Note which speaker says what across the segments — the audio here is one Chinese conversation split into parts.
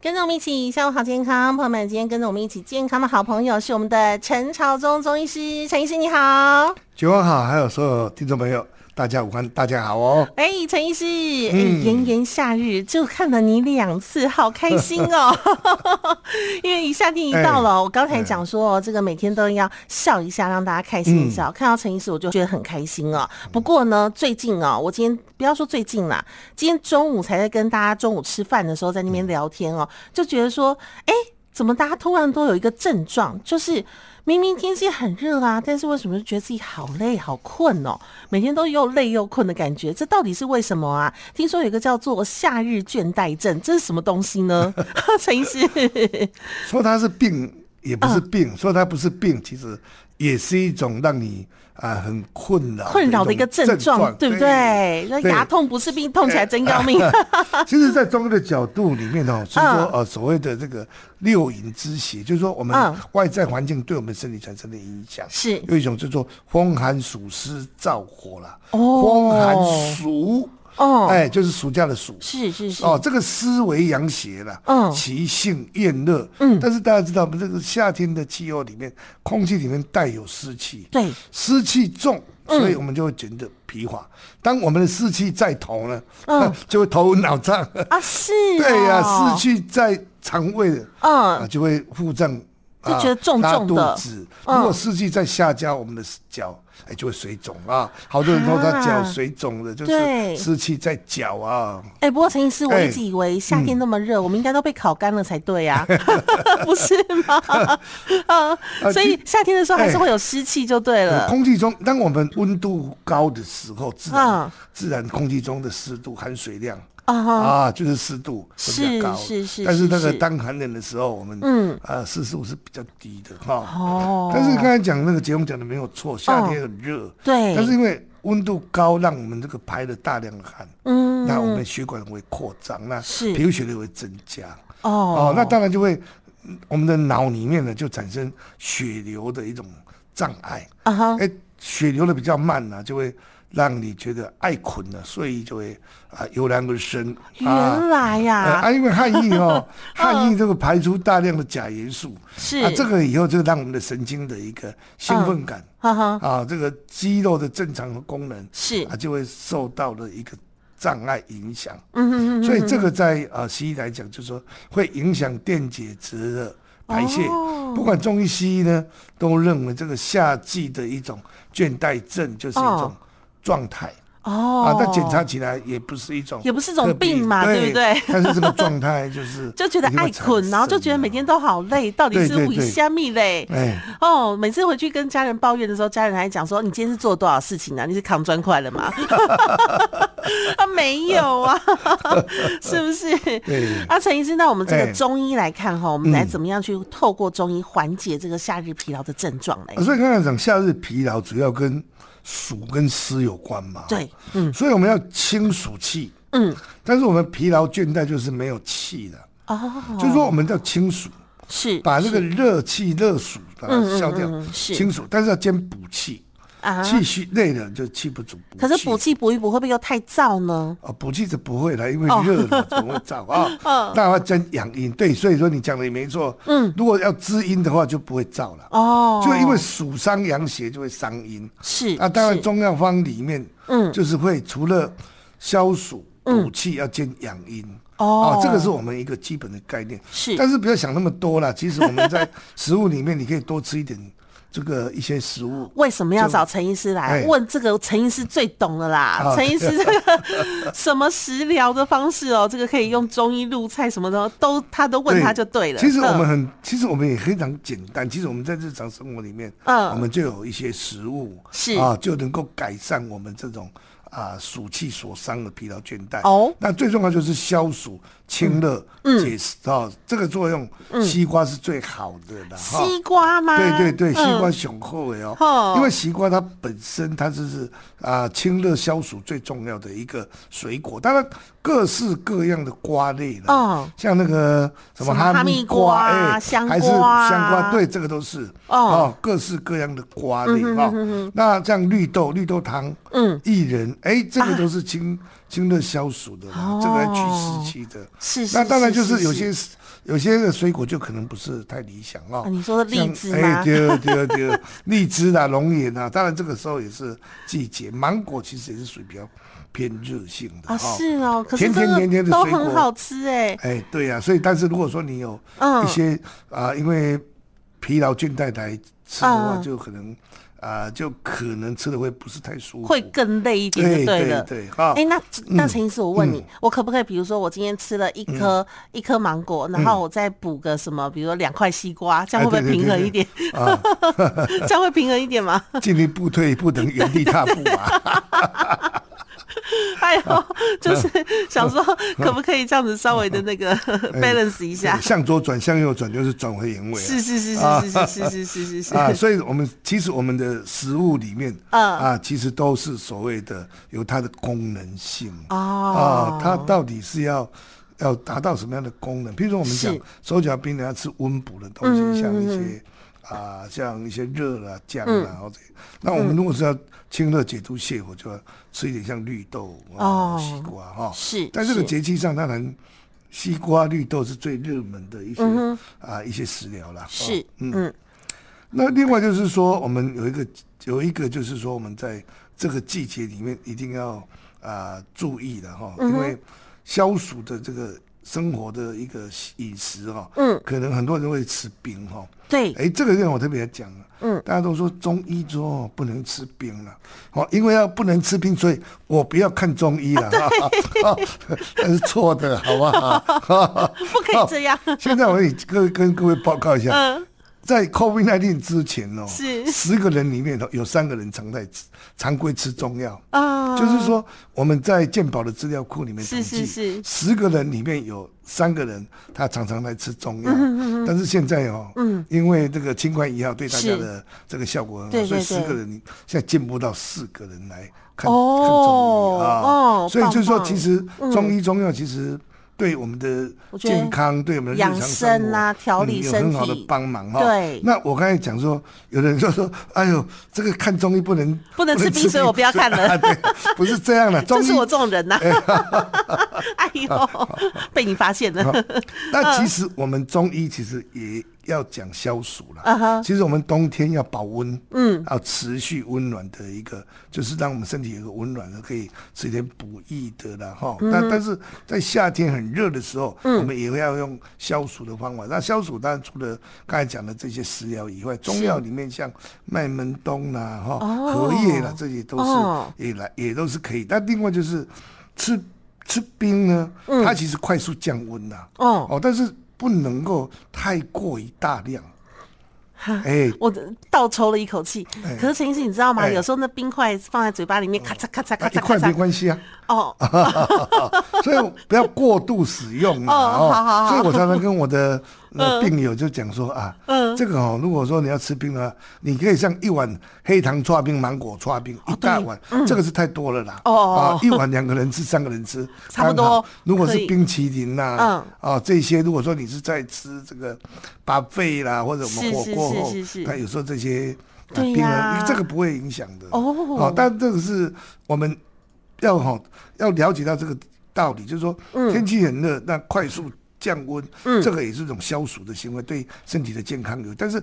Speaker 1: 跟着我们一起下午好健康，朋友们，今天跟着我们一起健康的好朋友是我们的陈朝忠中医师，陈医师你好。
Speaker 2: 九王好，还有所有听众朋友，大家午安，大家好哦。
Speaker 1: 哎、陈医师，哎、炎炎夏日就看了你两次，好开心哦！ 因为一夏天一到了，我刚才讲说、哦，这个每天都要笑一下，让大家开心一下。看到陈医师，我就觉得很开心哦。不过呢，最近哦，我今天不要说最近啦，今天中午才在跟大家中午吃饭的时候在那边聊天哦，就觉得说，哎、怎么大家突然都有一个症状，就是明明天气很热啊，但是为什么就觉得自己好累、好困哦？每天都又累又困的感觉，这到底是为什么啊？听说有一个叫做夏日倦怠症，这是什么东西呢？ 陈医师，
Speaker 2: 说它是病也
Speaker 1: 啊
Speaker 2: 不是病，说它不是病，其实也是一种让你啊、很困扰
Speaker 1: 困扰的一个
Speaker 2: 种
Speaker 1: 症
Speaker 2: 症
Speaker 1: 状，对不？对？那
Speaker 2: 对哎
Speaker 1: 牙痛不是病，痛起来真要命。
Speaker 2: 其实，在中医的角度里 面哦，是说呃所谓的这个六淫之邪，就是说我们
Speaker 1: 嗯
Speaker 2: 外在环境对我们身体产生的影响。
Speaker 1: 是
Speaker 2: 有一种叫做风寒暑湿燥火啦，
Speaker 1: 哦
Speaker 2: 风寒暑，
Speaker 1: 哦
Speaker 2: 哎，就是暑假的暑，
Speaker 1: 是是是，
Speaker 2: 哦，这个思维阳邪了，
Speaker 1: 嗯
Speaker 2: 其性厌热，嗯，但是大家知道，我们这个夏天的气候里面，空气里面带有湿气，
Speaker 1: 对，嗯
Speaker 2: 湿气重，所以我们就会觉得疲乏。当我们的湿气在头呢，
Speaker 1: 嗯
Speaker 2: 就会头昏脑胀，
Speaker 1: 啊，是、哦，
Speaker 2: 对呀、湿气在肠胃了，啊，
Speaker 1: 嗯，
Speaker 2: 就会腹胀。
Speaker 1: 就
Speaker 2: 啊
Speaker 1: 觉得重
Speaker 2: 拉
Speaker 1: 重的
Speaker 2: 肚子。
Speaker 1: 嗯
Speaker 2: 如果湿气在下焦，我们的脚哎就会水肿啊。好多人说他脚水肿的，就是
Speaker 1: 对
Speaker 2: 湿气在脚啊。
Speaker 1: 哎、不过陈医师，我
Speaker 2: 哎嗯
Speaker 1: 一直以为夏天那么热，我们应该都被烤干了才对 啊， 不是吗？ 啊，所以夏天的时候还是会有湿气就对了。
Speaker 2: 空气中，当我们温度高的时候，自然、
Speaker 1: 嗯
Speaker 2: 自然空气中的湿度、含水量。
Speaker 1: 啊哈
Speaker 2: 啊，就是湿度会比较高，
Speaker 1: 是是是
Speaker 2: 但是那个
Speaker 1: 是
Speaker 2: 当寒冷的时候，我们
Speaker 1: 嗯
Speaker 2: 啊湿度是比较低的哈。
Speaker 1: 哦
Speaker 2: 但是刚才讲那个节目讲的没有错，夏天很热，
Speaker 1: 对
Speaker 2: 但是因为温度高，让我们这个排了大量的汗，
Speaker 1: 嗯，
Speaker 2: 那我们血管会扩张，那
Speaker 1: 是
Speaker 2: 皮肤血流会增加，
Speaker 1: 哦
Speaker 2: 哦，那当然就会嗯我们的脑里面呢就产生血流的一种障碍，
Speaker 1: 啊哈，
Speaker 2: 哎，血流的比较慢呢、就会让你觉得爱困了，所以就会啊油然而生啊。
Speaker 1: 原来呀、
Speaker 2: 呃啊，因为汗液 哦，汗液这个排出大量的钾元素，
Speaker 1: 是
Speaker 2: 啊，这个以后就让我们的神经的一个兴奋感、
Speaker 1: 哈哈
Speaker 2: 啊，这个肌肉的正常的功能
Speaker 1: 是
Speaker 2: 啊，就会受到了一个障碍影响。
Speaker 1: 嗯哼哼
Speaker 2: 所以这个在呃西医来讲，就是说会影响电解质的排泄。
Speaker 1: 哦
Speaker 2: 不管中医西医呢，都认为这个夏季的一种倦怠症就是一种
Speaker 1: 哦
Speaker 2: 状态、
Speaker 1: 哦
Speaker 2: 啊。但检查起来也不是一种特别，
Speaker 1: 也不是一种病嘛对不对
Speaker 2: 但是这个状态就是
Speaker 1: 就觉得
Speaker 2: 一定会
Speaker 1: 爱困，
Speaker 2: 产
Speaker 1: 然后就觉得
Speaker 2: 生
Speaker 1: 每天都好累，到底
Speaker 2: 对
Speaker 1: 是
Speaker 2: 对
Speaker 1: 为
Speaker 2: 对
Speaker 1: 虾米嘞？
Speaker 2: 哎。
Speaker 1: 哦，每次回去跟家人抱怨的时候，家人还讲说：“你今天是做了多少事情啊？你是扛砖块了吗？” 啊，没有啊， 是不
Speaker 2: 对
Speaker 1: 是？啊，陈医师，那我们这个
Speaker 2: 哎
Speaker 1: 中医来看哈，我们来怎么样去透过中医缓解这个夏日疲劳的症状嘞？
Speaker 2: 啊所以刚才讲夏日疲劳主要跟暑跟湿有关嘛。
Speaker 1: 对，
Speaker 2: 嗯，所以我们要清暑气。
Speaker 1: 嗯，
Speaker 2: 但是我们疲劳倦怠就是没有气的，
Speaker 1: 哦，
Speaker 2: 就是说我们要清暑，
Speaker 1: 是
Speaker 2: 把这个热气热暑把它消掉，
Speaker 1: 嗯嗯嗯是
Speaker 2: 清暑，但是要兼补气，
Speaker 1: 啊，
Speaker 2: 气虚累了就气不足。
Speaker 1: 可是补气补一补会不会又太燥呢？
Speaker 2: 啊，补气是不会的，因为
Speaker 1: 哦
Speaker 2: 热了怎么会 燥啊？那要兼养阴，对，所以说你讲的也没错。嗯，如果要滋阴的话就不会燥了，
Speaker 1: 哦，
Speaker 2: 就因为暑伤阳邪就会伤阴。
Speaker 1: 是
Speaker 2: 啊，当然
Speaker 1: 是
Speaker 2: 中药方里面，
Speaker 1: 嗯
Speaker 2: 嗯，就是会除了消暑补气，要兼养阴。啊
Speaker 1: 哦
Speaker 2: 这个是我们一个基本的概念。
Speaker 1: 是
Speaker 2: 但是不要想那么多啦。其实我们在食物里面，你可以多吃一点这个一些 食物。
Speaker 1: 为什么要找陈医师来
Speaker 2: 哎
Speaker 1: 问这个？陈医师最懂了啦。
Speaker 2: 啊
Speaker 1: 陈医师这 个什么食疗的方式哦，这个可以用中医入菜什么的都，他都问他就对了。
Speaker 2: 其实
Speaker 1: 嗯
Speaker 2: 我们很，其实我们也非常简单。其实我们在日常生活里面，
Speaker 1: 嗯
Speaker 2: 我们就有一些食物，
Speaker 1: 是
Speaker 2: 啊，就能够改善我们这种啊暑气所伤的疲劳倦怠。
Speaker 1: 哦嗯
Speaker 2: 那最重要就是消暑、清热、解暑啊，这个作用，西瓜是最好的了哈。
Speaker 1: 西瓜吗？
Speaker 2: 对对对，西瓜
Speaker 1: 嗯
Speaker 2: 雄厚的
Speaker 1: 哦
Speaker 2: 哦，因为西瓜它本身它就是啊清热消暑最重要的一个水果，当然各式各样的瓜类了，
Speaker 1: 哦
Speaker 2: 像那个什么
Speaker 1: 什么哈
Speaker 2: 哈
Speaker 1: 密
Speaker 2: 密
Speaker 1: 瓜
Speaker 2: 瓜、哎
Speaker 1: 香
Speaker 2: 还是
Speaker 1: 瓜啊
Speaker 2: 香瓜，对，这个都是
Speaker 1: 哦
Speaker 2: 各式各样的瓜类哦。那像绿豆、绿豆汤、
Speaker 1: 嗯啊
Speaker 2: 薏仁，哎，这个都是清清热消暑的啦，这个来祛湿气的
Speaker 1: 哦是是
Speaker 2: 那当然
Speaker 1: 是
Speaker 2: 就是是有
Speaker 1: 是
Speaker 2: 些有些的水果就可能不是太理想
Speaker 1: 啊
Speaker 2: 哦。
Speaker 1: 你说的
Speaker 2: 像
Speaker 1: 荔枝
Speaker 2: 哎，
Speaker 1: 吗？啊
Speaker 2: 对对对， 荔枝啦、龙眼啦，当然这个时候也是季节。芒果其实也是属于比较偏热性的
Speaker 1: 啊，
Speaker 2: 哈
Speaker 1: 是哦，可是
Speaker 2: 甜
Speaker 1: 这个
Speaker 2: 甜甜甜的
Speaker 1: 都
Speaker 2: 水
Speaker 1: 很
Speaker 2: 果
Speaker 1: 好吃哎，
Speaker 2: 哎，对呀、所以但是如果说你有
Speaker 1: 嗯
Speaker 2: 一些啊、因为疲劳倦怠来吃的话，
Speaker 1: 嗯
Speaker 2: 就可能啊、就可能吃的会不是太舒服，
Speaker 1: 会更累一点
Speaker 2: 对
Speaker 1: 就对
Speaker 2: 对
Speaker 1: 了。
Speaker 2: 对哈。
Speaker 1: 哎、那
Speaker 2: 嗯
Speaker 1: 那陈医师，我问你，我可不可以，比如说我今天吃了一
Speaker 2: 嗯
Speaker 1: 颗、一颗芒果，然后我再补个什么，比如说两块西瓜，这样会不会
Speaker 2: 哎对对啊
Speaker 1: 平衡一点？ 这样会平衡一点吗？
Speaker 2: 进一步退一步等于原地踏步啊！
Speaker 1: 哎 呦，就是想说，可不可以这样子稍微的那
Speaker 2: 哎
Speaker 1: 个 balance 一下？
Speaker 2: 向左转，向右转，就是转回原位、啊。
Speaker 1: 啊是是是
Speaker 2: 啊
Speaker 1: 是是是是是是是
Speaker 2: 啊，所以我们其实我们的食物里面，
Speaker 1: 嗯
Speaker 2: 啊，其实都是所谓的有它的功能性啊
Speaker 1: 哦，，
Speaker 2: 它到底是要要达到什么样的功能？比如说我们讲
Speaker 1: 是嗯
Speaker 2: 手脚冰冷要吃温补的东西，像一些啊，像一些热啊、酱啊，或者那我们如果是要清热解毒泻火，就要吃一点像绿豆啊、
Speaker 1: 哦
Speaker 2: 西瓜哈。
Speaker 1: 是
Speaker 2: 在这个
Speaker 1: 是
Speaker 2: 节气上，当然西瓜、绿豆是最热门的一些
Speaker 1: 嗯
Speaker 2: 啊一些食疗啦。哦
Speaker 1: 是嗯
Speaker 2: 那另外就是说，我们有一个有一个就是说，我们在这个季节里面一定要啊、注意的哈，
Speaker 1: 嗯
Speaker 2: 因为消暑的这个生活的一个饮食哈，
Speaker 1: 嗯，
Speaker 2: 可能很多人会吃冰哈，
Speaker 1: 对，
Speaker 2: 哎，这个让我特别讲了。
Speaker 1: 嗯，
Speaker 2: 大家都说中医说哦不能吃冰了，哦，因为要不能吃冰，所以我不要看中医了，
Speaker 1: 啊
Speaker 2: 哈，那是错的，好不好？
Speaker 1: 不可以这样。
Speaker 2: 现在我给各位跟各位报告一下，
Speaker 1: 嗯，
Speaker 2: 在 COVID 1 9之前哦，
Speaker 1: 是
Speaker 2: 十个人里面哦有三个人常在吃常规吃中药，
Speaker 1: 啊，
Speaker 2: 就是说我们在健保的资料库里面统
Speaker 1: 是
Speaker 2: 计，
Speaker 1: 是是
Speaker 2: 十个人里面有三个人他常常来吃中
Speaker 1: 嗯
Speaker 2: 药，但是现在哦，嗯，因为这个清冠一号对大家
Speaker 1: 是
Speaker 2: 的这个效果很好，
Speaker 1: 对对
Speaker 2: 所以
Speaker 1: 对
Speaker 2: 十个人现在进步到四个人来看、看中
Speaker 1: 哦
Speaker 2: 医啊，
Speaker 1: 哦哦，
Speaker 2: 所以就是说，
Speaker 1: 棒棒嗯
Speaker 2: 其实中医中药其实对我们的
Speaker 1: 我觉得
Speaker 2: 健康、对我们的日
Speaker 1: 养
Speaker 2: 常
Speaker 1: 生啊
Speaker 2: 活
Speaker 1: 调理
Speaker 2: 嗯有
Speaker 1: 身
Speaker 2: 很好的
Speaker 1: 体
Speaker 2: 帮忙哈。
Speaker 1: 对
Speaker 2: 那我刚才讲说，有人就说：“哎呦，这个看中医不能
Speaker 1: 不能吃冰，所以我不要看
Speaker 2: 啊，
Speaker 1: 了。
Speaker 2: 对，不是这样的，中
Speaker 1: 就
Speaker 2: 医
Speaker 1: 是我这种人呐、 哎 呦，被你发现了。
Speaker 2: 那
Speaker 1: 嗯
Speaker 2: 其实我们中医其实也要讲消暑
Speaker 1: 啊哈
Speaker 2: 啦。其实我们冬天要保温，嗯，要持续温暖的一个，就是让我们身体有个温暖的，可以吃一点补益的啦哈。
Speaker 1: 嗯
Speaker 2: 但但是在夏天很热的时候，我们也会要用消暑的方法。那消暑当然除了刚才讲的这些食疗以外，中药里面像麦门冬啦、哈
Speaker 1: 哦
Speaker 2: 荷叶啦，这些都
Speaker 1: 哦
Speaker 2: 是也来也都是可以。那另外就是吃。吃冰呢，它其实快速降温呐、
Speaker 1: 嗯哦，
Speaker 2: 哦，但是不能够太过于大量。哎、
Speaker 1: 我倒抽了一口气。
Speaker 2: 哎
Speaker 1: 可是陈医师，你知道吗？
Speaker 2: 哎
Speaker 1: 有时候那冰块放在嘴巴里面，咔嚓咔嚓
Speaker 2: 那
Speaker 1: 咔
Speaker 2: 一
Speaker 1: 嚓
Speaker 2: 块
Speaker 1: 咔
Speaker 2: 没
Speaker 1: 嚓。
Speaker 2: 关系啊，
Speaker 1: 哦，
Speaker 2: 所以不要过度使用啊。
Speaker 1: 哦好好好
Speaker 2: 所以我常常跟我的呃病友就讲说啊，
Speaker 1: 嗯
Speaker 2: 这个哦，如果说你要吃冰的话，你可以像一碗黑糖刨冰、芒果刨冰一大碗，这个是太多了啦。
Speaker 1: 嗯哦哦
Speaker 2: 啊，一碗两个人吃，三个人吃，
Speaker 1: 差不多
Speaker 2: 刚好如果是
Speaker 1: 可以嗯
Speaker 2: 冰淇淋呐、啊这些，如果说你是在吃这个巴菲啦，或者我们
Speaker 1: 是
Speaker 2: 火
Speaker 1: 是
Speaker 2: 锅
Speaker 1: 是
Speaker 2: 后
Speaker 1: 是是，
Speaker 2: 那有时候这些。啊
Speaker 1: 对
Speaker 2: 冰啊
Speaker 1: 呀
Speaker 2: 这个不会影响的
Speaker 1: 哦
Speaker 2: 好但这个是我们要哈、要了解到这个道理，就是说
Speaker 1: 嗯
Speaker 2: 天气很热，那快速降温，这个也是一种消暑的行为，对身体的健康有。但是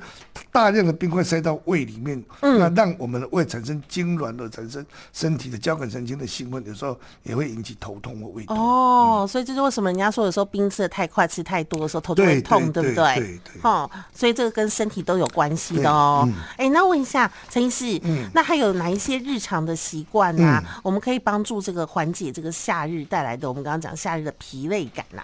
Speaker 2: 大量的冰块塞到胃里面，
Speaker 1: 嗯
Speaker 2: 那让我们的胃产生痉挛而产生身体的交感神经的兴奋，有时候也会引起头痛或胃痛。
Speaker 1: 哦，所以这就是为什么人家说有时候冰吃的太快、吃太多的时候头就会
Speaker 2: 对
Speaker 1: 痛，
Speaker 2: 对
Speaker 1: 不
Speaker 2: 对
Speaker 1: 对？
Speaker 2: 对嗯对
Speaker 1: 哦，所以这个跟身体都有关系的哦。哎、那问一下陈医师，
Speaker 2: 嗯
Speaker 1: 那还有哪一些日常的习惯啊，我们可以帮助这个缓解这个夏日带来的我们刚刚讲夏日的疲累感啊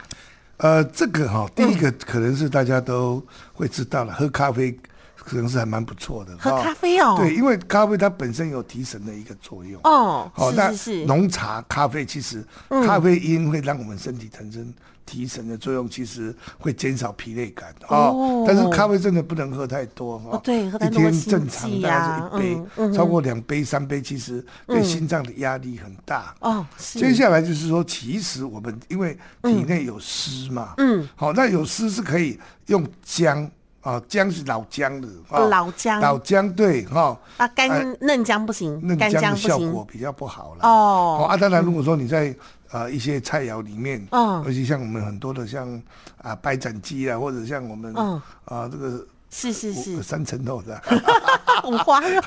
Speaker 1: 呐、
Speaker 2: 呃，这个哈、第一个可能是大家都会知道了，喝咖啡可能是还蛮不错的。
Speaker 1: 喝
Speaker 2: 哈
Speaker 1: 咖啡哦
Speaker 2: 对，因为咖啡它本身有提神的一个作用。
Speaker 1: 哦，
Speaker 2: 好、
Speaker 1: 是
Speaker 2: 那
Speaker 1: 是是，嗯
Speaker 2: 浓茶、咖啡其实，咖啡因会让我们身体产生提神的作用，其实会减少疲累感
Speaker 1: 哦
Speaker 2: 哦。但是咖啡真的不能喝太多
Speaker 1: 哦对喝太
Speaker 2: 一
Speaker 1: 多会
Speaker 2: 天
Speaker 1: 心
Speaker 2: 正常
Speaker 1: 悸
Speaker 2: 大
Speaker 1: 呀
Speaker 2: 概是一杯
Speaker 1: 嗯，嗯哼嗯
Speaker 2: 超过两杯、三杯，其实对心脏的压力很大。
Speaker 1: 哦，是
Speaker 2: 接下来就是说，其实我们因为体内有湿嘛，
Speaker 1: 嗯，
Speaker 2: 好、那有湿是可以用姜啊，姜是老姜的啊，
Speaker 1: 哦老姜
Speaker 2: 老姜对哈、
Speaker 1: 啊，干
Speaker 2: 哎
Speaker 1: 嫩姜不行，
Speaker 2: 嫩
Speaker 1: 干
Speaker 2: 姜的
Speaker 1: 姜不
Speaker 2: 效
Speaker 1: 行
Speaker 2: 果比较不好了。
Speaker 1: 哦
Speaker 2: 哦啊，当然，如果说你在、呃一些菜肴里面，
Speaker 1: 嗯
Speaker 2: 尤其像我们很多的像啊白斩鸡啊，或者像我们
Speaker 1: 嗯
Speaker 2: 啊这个
Speaker 1: 是是是
Speaker 2: 五，三层肉的
Speaker 1: 五花肉，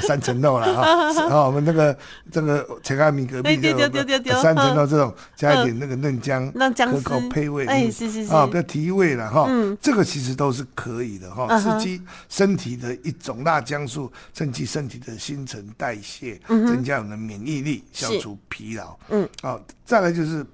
Speaker 2: 三层肉了 啊，是啊我们那个这个前阿米隔壁
Speaker 1: 对对
Speaker 2: 的
Speaker 1: 对对对对
Speaker 2: 啊三层肉这种加一点那个嫩姜，
Speaker 1: 让姜
Speaker 2: 可口
Speaker 1: 丝
Speaker 2: 配味，
Speaker 1: 哎
Speaker 2: 嗯
Speaker 1: 是是是
Speaker 2: 啊，不要提味了哈
Speaker 1: 嗯，
Speaker 2: 这个其实都是可以的哈，
Speaker 1: 嗯哼
Speaker 2: 是肌身体的一种辣姜素，增进身体的新陈代谢，增加我们的免疫力，消
Speaker 1: 嗯是
Speaker 2: 除疲劳，
Speaker 1: 嗯，
Speaker 2: 啊，再来就是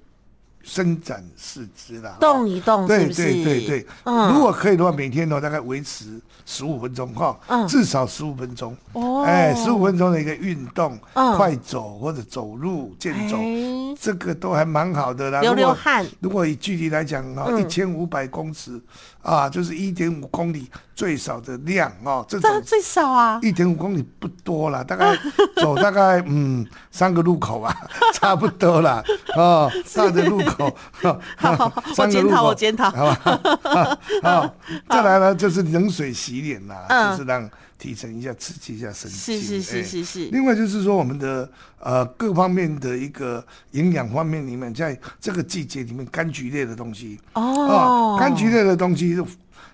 Speaker 2: 伸展四肢啦，哈
Speaker 1: 动一动，是
Speaker 2: 对
Speaker 1: 不是？
Speaker 2: 对对对，
Speaker 1: 嗯
Speaker 2: 如果可以的话，每天呢大概维持十五分钟哈，
Speaker 1: 嗯
Speaker 2: 至少十五分钟。
Speaker 1: 哦
Speaker 2: 哎，十五分钟的一个运动，
Speaker 1: 嗯
Speaker 2: 快走或者走路、健走，
Speaker 1: 哎
Speaker 2: 这个都还蛮好的啦。
Speaker 1: 流
Speaker 2: 如果
Speaker 1: 流汗嗯
Speaker 2: 如果以距离来讲啊，一千五百公尺啊，就是一点五公里最少的量啊，这
Speaker 1: 这
Speaker 2: 种
Speaker 1: 最少啊，
Speaker 2: 一点五公里不多啦，大概走大概嗯三个路口吧，差不多啦。哦，大的路口，哦
Speaker 1: 好好好
Speaker 2: 三个
Speaker 1: 我检
Speaker 2: 路
Speaker 1: 讨
Speaker 2: 口
Speaker 1: 我检讨
Speaker 2: 好吧？好，再来呢就是冷水洗脸啦，
Speaker 1: 嗯
Speaker 2: 就是让提升一下刺激一下神经。
Speaker 1: 是是是
Speaker 2: 哎
Speaker 1: 是是，
Speaker 2: 另外就是说，我们的呃各方面的一个营养方面里面，在这个季节里面，柑橘类的东西
Speaker 1: 哦，
Speaker 2: 啊柑橘类的东西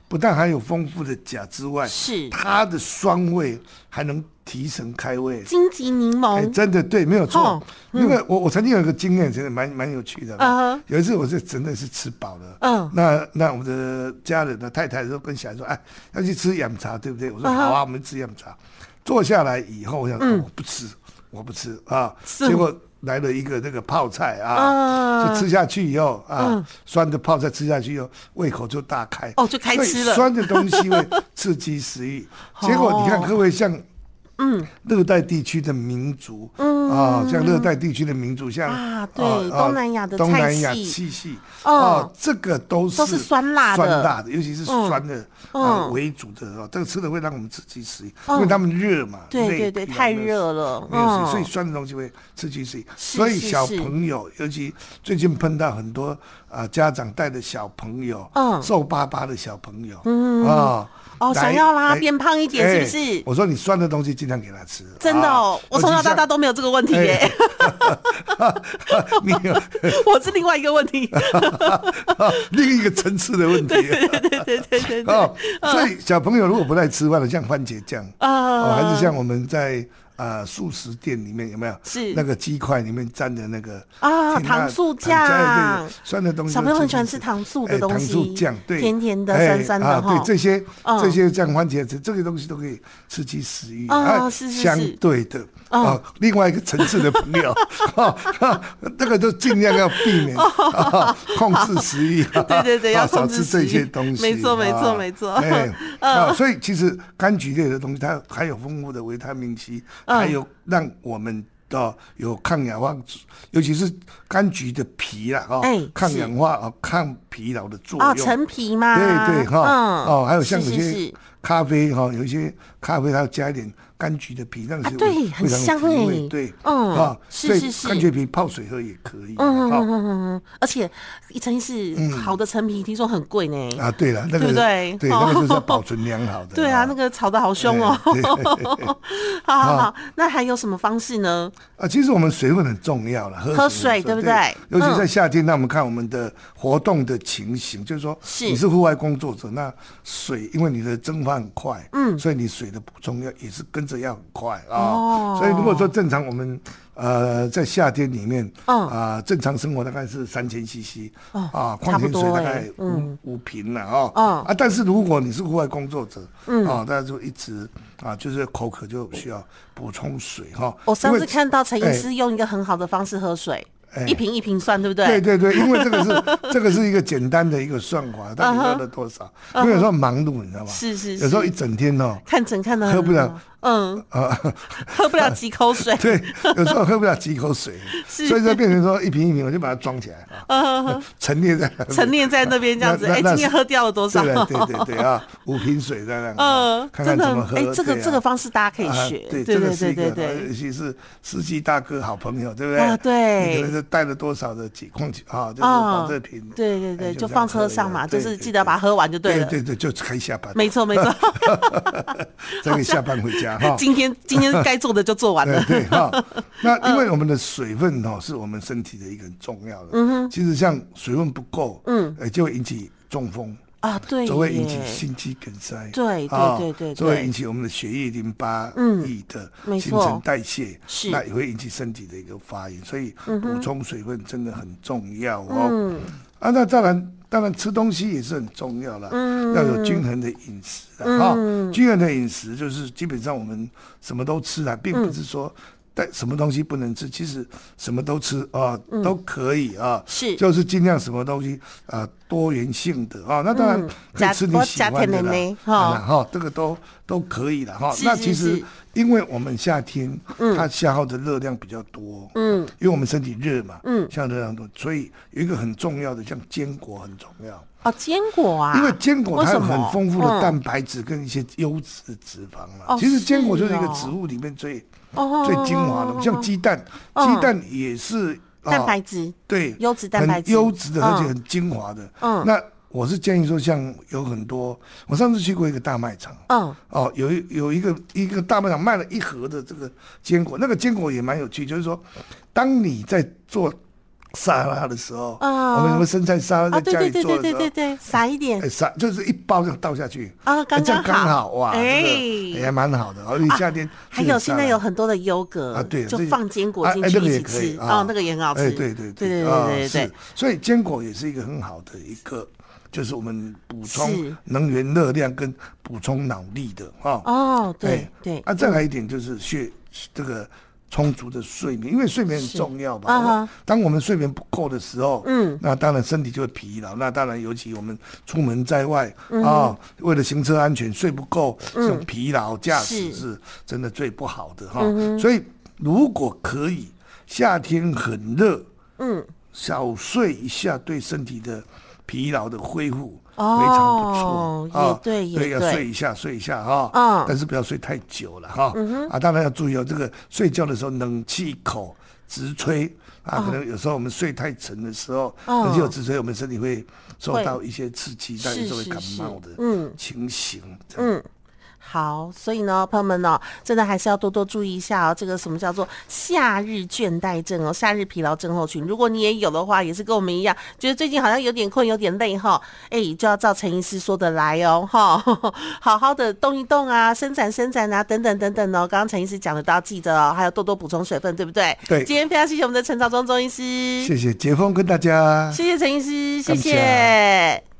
Speaker 2: 不但含有丰富的钾之外，
Speaker 1: 是
Speaker 2: 它的酸味还能提神开胃。
Speaker 1: 荆棘柠
Speaker 2: 哎，
Speaker 1: 檬，
Speaker 2: 真的对，没有错
Speaker 1: 哦。
Speaker 2: 因为我我曾经有一个经验，真的蛮蛮有趣的啦
Speaker 1: 嗯哼。
Speaker 2: 有一次我是真的是吃饱了，
Speaker 1: 嗯
Speaker 2: 那那我们的家人的太太就跟小孩说，哎，要去吃养茶，对不对？我说
Speaker 1: 嗯哼嗯
Speaker 2: 好啊，我们吃养茶。坐下来以后，我想、哦我不吃，我不吃啊。
Speaker 1: 是
Speaker 2: 结果来了一个那个泡菜啊，
Speaker 1: 嗯
Speaker 2: 就吃下去以后啊，
Speaker 1: 嗯
Speaker 2: 酸的泡菜吃下去以后，胃口就大开。
Speaker 1: 哦就开
Speaker 2: 所以
Speaker 1: 吃了
Speaker 2: 酸的东西会刺激食欲。结果你 看，
Speaker 1: 哦
Speaker 2: 各位像
Speaker 1: 嗯，
Speaker 2: 热带地区的民族，
Speaker 1: 嗯
Speaker 2: 啊，像热带地区的民族，像
Speaker 1: 啊对
Speaker 2: 啊啊
Speaker 1: 东南亚的
Speaker 2: 东南亚
Speaker 1: 菜系
Speaker 2: 气息，
Speaker 1: 哦
Speaker 2: 啊，这个都是
Speaker 1: 都是酸辣的
Speaker 2: 酸辣的，尤其是酸的
Speaker 1: 嗯
Speaker 2: 啊
Speaker 1: 嗯
Speaker 2: 为主的啊，这个吃的会让我们刺激食欲，
Speaker 1: 嗯
Speaker 2: 因为他们热嘛，
Speaker 1: 对
Speaker 2: 累
Speaker 1: 对对，
Speaker 2: 疲劳
Speaker 1: 太
Speaker 2: 没有
Speaker 1: 热了，
Speaker 2: 没有事，哎所以
Speaker 1: 嗯，
Speaker 2: 酸的东西会刺激自己。
Speaker 1: 是
Speaker 2: 所以
Speaker 1: 是
Speaker 2: 小
Speaker 1: 是
Speaker 2: 朋友，尤其最近碰到很多啊、呃家长带的小朋友，
Speaker 1: 嗯
Speaker 2: 瘦巴巴的小朋友，
Speaker 1: 嗯
Speaker 2: 啊、
Speaker 1: 哦，
Speaker 2: 来
Speaker 1: 想要让它
Speaker 2: 来
Speaker 1: 变胖一点，是不
Speaker 2: 哎
Speaker 1: 是？
Speaker 2: 我说你酸的东西尽量给他吃，
Speaker 1: 真的哦
Speaker 2: 啊，
Speaker 1: 我从小到大。
Speaker 2: 尤
Speaker 1: 都没有这个问题
Speaker 2: 哎
Speaker 1: 耶，
Speaker 2: 其像哎 你有
Speaker 1: 我是另外一个问题，
Speaker 2: 另一个层次的问题
Speaker 1: 对对对对对，
Speaker 2: 哦，所以小朋友如果不爱吃饭的，像番茄酱哦，
Speaker 1: 啊
Speaker 2: 还是像我们在啊素食店里面有没有？
Speaker 1: 是
Speaker 2: 那个鸡块里面沾的那个
Speaker 1: 啊
Speaker 2: 甜辣
Speaker 1: 糖醋
Speaker 2: 糖酱
Speaker 1: 酱
Speaker 2: 对酸的东西。
Speaker 1: 小朋友很喜欢吃糖醋的
Speaker 2: 哎
Speaker 1: 东
Speaker 2: 糖醋
Speaker 1: 西
Speaker 2: 酱对，
Speaker 1: 甜甜的
Speaker 2: 哎
Speaker 1: 酸酸的
Speaker 2: 啊
Speaker 1: 哈
Speaker 2: 对这些
Speaker 1: 嗯
Speaker 2: 这些像番茄这这些东西都可以刺激食欲哎
Speaker 1: 啊是是是嗯
Speaker 2: 相对的啊，另外一个层次的朋友， 哈哈那个都尽量要避免，
Speaker 1: 哦
Speaker 2: 啊控制食欲 啊。
Speaker 1: 对对对
Speaker 2: 啊
Speaker 1: 要
Speaker 2: 少
Speaker 1: 控制
Speaker 2: 吃这
Speaker 1: 食欲
Speaker 2: 些东西。
Speaker 1: 没错没错
Speaker 2: 啊
Speaker 1: 没错
Speaker 2: 哎，
Speaker 1: 嗯
Speaker 2: 啊，所以其实柑橘类的东西，它含有丰富的维他命 C，
Speaker 1: 嗯
Speaker 2: 还有让我们的有抗氧化，尤其是柑橘的皮啦，哦
Speaker 1: 哎，
Speaker 2: 抗
Speaker 1: 是
Speaker 2: 氧化啊，抗疲劳的作
Speaker 1: 啊，
Speaker 2: 用。
Speaker 1: 陈皮吗？
Speaker 2: 对对哈，哦，还有像有
Speaker 1: 是是是
Speaker 2: 些咖啡哈，有一些咖啡它要加一点柑橘的皮，让
Speaker 1: 啊
Speaker 2: 是
Speaker 1: 对
Speaker 2: 会
Speaker 1: 很
Speaker 2: 非常有
Speaker 1: 香
Speaker 2: 提味
Speaker 1: 欸
Speaker 2: 对，
Speaker 1: 嗯
Speaker 2: 啊，
Speaker 1: 是
Speaker 2: 所以
Speaker 1: 是是
Speaker 2: 柑橘皮泡水喝也可以，
Speaker 1: 嗯嗯
Speaker 2: 哦
Speaker 1: 嗯嗯，嗯，而且一层是好的陈皮，听说很贵呢。
Speaker 2: 嗯啊，对了，那
Speaker 1: 对
Speaker 2: 个
Speaker 1: 不对
Speaker 2: 对，
Speaker 1: 哦
Speaker 2: 那个就是要保存良好的，
Speaker 1: 对啊，那个炒的好凶哦。
Speaker 2: 对哎 对
Speaker 1: 好好好，那还有什么方式呢？
Speaker 2: 啊，其实我们水分很重要了，喝
Speaker 1: 喝
Speaker 2: 水
Speaker 1: 水
Speaker 2: 很重
Speaker 1: 对不
Speaker 2: 对
Speaker 1: 对？
Speaker 2: 尤其
Speaker 1: 嗯
Speaker 2: 在夏天，那我们看我们的活动的情形，就是说
Speaker 1: 是
Speaker 2: 你是户外工作者，那水因为你的蒸发很快，嗯，所以你水的补充要也是跟着要很快啊
Speaker 1: 哦。
Speaker 2: 所以如果说正常我们呃在夏天里面，
Speaker 1: 嗯
Speaker 2: 啊正常生活大概是三千 CC
Speaker 1: 哦
Speaker 2: 啊，
Speaker 1: 差
Speaker 2: 矿
Speaker 1: 不
Speaker 2: 泉水
Speaker 1: 多
Speaker 2: 大
Speaker 1: 欸
Speaker 2: 概五五瓶了啊
Speaker 1: 嗯
Speaker 2: 啊，但是如果你是户外工作者，嗯啊，大家就一直啊就是口渴就需要补充水哈。
Speaker 1: 我上
Speaker 2: 因
Speaker 1: 次
Speaker 2: 为
Speaker 1: 看到陈医
Speaker 2: 哎
Speaker 1: 师用一个很好的方式喝水
Speaker 2: 哎，
Speaker 1: 一瓶一瓶算，对不
Speaker 2: 对
Speaker 1: 对？
Speaker 2: 对对，因为这个 是这个是一个简单的一个算法，
Speaker 1: 啊
Speaker 2: 到底喝了多少？因为有时候忙碌，你知道吗？
Speaker 1: 是是
Speaker 2: 有时候一
Speaker 1: 是，
Speaker 2: 整天哦，
Speaker 1: 看诊看的
Speaker 2: 喝不了，。
Speaker 1: 嗯， 喝不了几口水
Speaker 2: 对，有时候喝不了几口水，
Speaker 1: 是
Speaker 2: 所以就变成说一瓶一瓶，我就把它装起来啊，陈列在那边
Speaker 1: 陈列在那边这样子，
Speaker 2: 那那
Speaker 1: 哎，
Speaker 2: 那
Speaker 1: 今天喝掉了多少
Speaker 2: 对？了对对对啊，五瓶水在那， 啊
Speaker 1: 嗯，
Speaker 2: 看
Speaker 1: 真
Speaker 2: 看
Speaker 1: 的
Speaker 2: 怎么，喝
Speaker 1: 哎，，这个
Speaker 2: 对啊
Speaker 1: 这个方式大家可以
Speaker 2: 啊
Speaker 1: 学，对
Speaker 2: 对这个
Speaker 1: 对
Speaker 2: 是一
Speaker 1: 对
Speaker 2: 个呃啊
Speaker 1: 对对
Speaker 2: 尤。其是司机大哥好朋友，对不对？
Speaker 1: 啊对
Speaker 2: 你可能是带了多少的几矿泉啊，就是
Speaker 1: 啊
Speaker 2: 保乐瓶，
Speaker 1: 对对对
Speaker 2: 哎
Speaker 1: 就
Speaker 2: 这样
Speaker 1: 放车
Speaker 2: 喝一下
Speaker 1: 上嘛
Speaker 2: 对
Speaker 1: 就是
Speaker 2: 对
Speaker 1: 记得把它喝完就对
Speaker 2: 对
Speaker 1: 了
Speaker 2: 对对，就可以下班，
Speaker 1: 没错没错，
Speaker 2: 这个下班回家 啊，哈
Speaker 1: 今天今天该做的就做完了。
Speaker 2: 对对 哈、那因为我们的水分哈、是我们身体的一个很重要的。
Speaker 1: 嗯
Speaker 2: 其实像水分不够，嗯，呃，就会引起中风，
Speaker 1: 啊，对耶，
Speaker 2: 所谓引起心肌梗塞，
Speaker 1: 对对
Speaker 2: 啊
Speaker 1: 对对对嗯
Speaker 2: 所以引起我们的血液淋巴液的
Speaker 1: 没
Speaker 2: 新
Speaker 1: 错
Speaker 2: 陈代谢，
Speaker 1: 是嗯
Speaker 2: 那也会引起身体的一个发炎，所以补充水分真的很重要哦。啊，那当然。当然，吃东西也是很重要了，
Speaker 1: 嗯
Speaker 2: 要有均衡的饮食啊。哈均衡的饮食就是基本上我们什么都吃啊，
Speaker 1: 嗯
Speaker 2: 并不是说但什么东西不能吃，其实什么都吃啊，都可以啊。
Speaker 1: 嗯是
Speaker 2: 就是尽量什么东西啊、呃多元性的啊、那当然可以吃你喜欢的
Speaker 1: 嗯加加甜
Speaker 2: 啦啊
Speaker 1: 的呢，哈
Speaker 2: 哈、哈，这个都都可以了哈、
Speaker 1: 是
Speaker 2: 那
Speaker 1: 是
Speaker 2: 其
Speaker 1: 是
Speaker 2: 实
Speaker 1: 嗯
Speaker 2: 因为我们夏天，它消耗的热量比较多，嗯，因为我们身体热嘛，嗯，消耗热量多，所以有一个很重要的，像坚果很重要。
Speaker 1: 哦，坚果啊，
Speaker 2: 因为坚果它有
Speaker 1: 为什么
Speaker 2: 很丰富的
Speaker 1: 嗯
Speaker 2: 蛋白质跟一些优质的脂肪嘛、
Speaker 1: 哦
Speaker 2: 其实坚果就是一个
Speaker 1: 是哦
Speaker 2: 植物里面最、
Speaker 1: 哦
Speaker 2: 最精华的，像鸡蛋，鸡蛋也是、啊
Speaker 1: 蛋白质，
Speaker 2: 对，
Speaker 1: 优质蛋白质
Speaker 2: 很优质的，
Speaker 1: 嗯
Speaker 2: 而且很精华的。
Speaker 1: 嗯
Speaker 2: 那我是建议说，像有很多，我上次去过一个大卖场，
Speaker 1: 嗯，
Speaker 2: 哦，有一有一个一个大卖场卖了一盒的这个坚果，那个坚果也蛮有趣，就是说，当你在做沙拉的时候，
Speaker 1: 啊
Speaker 2: 我们什么生菜沙拉
Speaker 1: 啊，
Speaker 2: 在
Speaker 1: 对
Speaker 2: 家
Speaker 1: 对
Speaker 2: 里
Speaker 1: 对对
Speaker 2: 做的
Speaker 1: 对
Speaker 2: 时
Speaker 1: 对，
Speaker 2: 候
Speaker 1: 对，撒一点
Speaker 2: 哎，撒就是一包这样倒下去
Speaker 1: 啊
Speaker 2: 哎
Speaker 1: 刚刚
Speaker 2: 这样刚
Speaker 1: 好
Speaker 2: 好哇，
Speaker 1: 哎啊
Speaker 2: 这个也蛮好的，而且夏天
Speaker 1: 还
Speaker 2: 这个
Speaker 1: 有
Speaker 2: 沙
Speaker 1: 现
Speaker 2: 拉
Speaker 1: 在有很多的优格
Speaker 2: 啊，对，
Speaker 1: 就
Speaker 2: 这个
Speaker 1: 放坚果
Speaker 2: 啊
Speaker 1: 进
Speaker 2: 哎
Speaker 1: 去
Speaker 2: 那个
Speaker 1: 一
Speaker 2: 也
Speaker 1: 起
Speaker 2: 可以
Speaker 1: 吃，
Speaker 2: 啊
Speaker 1: 哦，那个也很好
Speaker 2: 哎
Speaker 1: 吃，
Speaker 2: 对
Speaker 1: 对
Speaker 2: 对
Speaker 1: 对
Speaker 2: 啊
Speaker 1: 对对对
Speaker 2: 是，所以坚果也是一个很好的一个，就是我们补充
Speaker 1: 是
Speaker 2: 能源热量跟补充脑力的哈。
Speaker 1: 哦，对
Speaker 2: 哎
Speaker 1: 对，
Speaker 2: 啊，再来一点就是血这个充足的睡眠，因为睡眠很重要吧。
Speaker 1: 啊哈
Speaker 2: 我当我们睡眠不够的时候，
Speaker 1: 嗯，
Speaker 2: 那当然身体就会疲劳，那当然尤其我们出门在外
Speaker 1: 嗯
Speaker 2: 啊，为了行车安全，睡不够，这种疲劳驾驶
Speaker 1: 是嗯
Speaker 2: 是真的最不好的哈。所以如果可以，夏天很热，
Speaker 1: 嗯，
Speaker 2: 小睡一下，对身体的疲劳的恢复
Speaker 1: 哦
Speaker 2: 非常不错、啊
Speaker 1: 也。对也
Speaker 2: 要
Speaker 1: 对
Speaker 2: 睡一下，睡一下哈、
Speaker 1: 嗯
Speaker 2: 但是不要睡太久了哈、啊，当然要注意哦，这个睡觉的时候冷气口直吹啊，可能有时候我们睡太沉的时候，
Speaker 1: 哦
Speaker 2: 冷气口直吹，我们身体会受
Speaker 1: 会
Speaker 2: 到一些刺激，但
Speaker 1: 是
Speaker 2: 是会
Speaker 1: 是
Speaker 2: 感
Speaker 1: 是
Speaker 2: 冒的
Speaker 1: 嗯
Speaker 2: 情形。这样
Speaker 1: 嗯，好，所以呢，朋友们呢、真的还是要多多注意一下哦。这个什么叫做夏日倦怠症哦，夏日疲劳症候群，如果你也有的话，也是跟我们一样，觉得最近好像有点困，有点累哈，哎，就要照陈医师说的来哦，哈，好好的动一动啊，伸展伸展啊，等等等等哦。刚刚陈医师讲的都要记得哦，还有多多补充水分，对不对？
Speaker 2: 对
Speaker 1: 今天非常谢谢我们的陈兆忠中医师，
Speaker 2: 谢谢杰峰跟大家，
Speaker 1: 谢谢陈医师，谢啊
Speaker 2: 感谢
Speaker 1: 谢。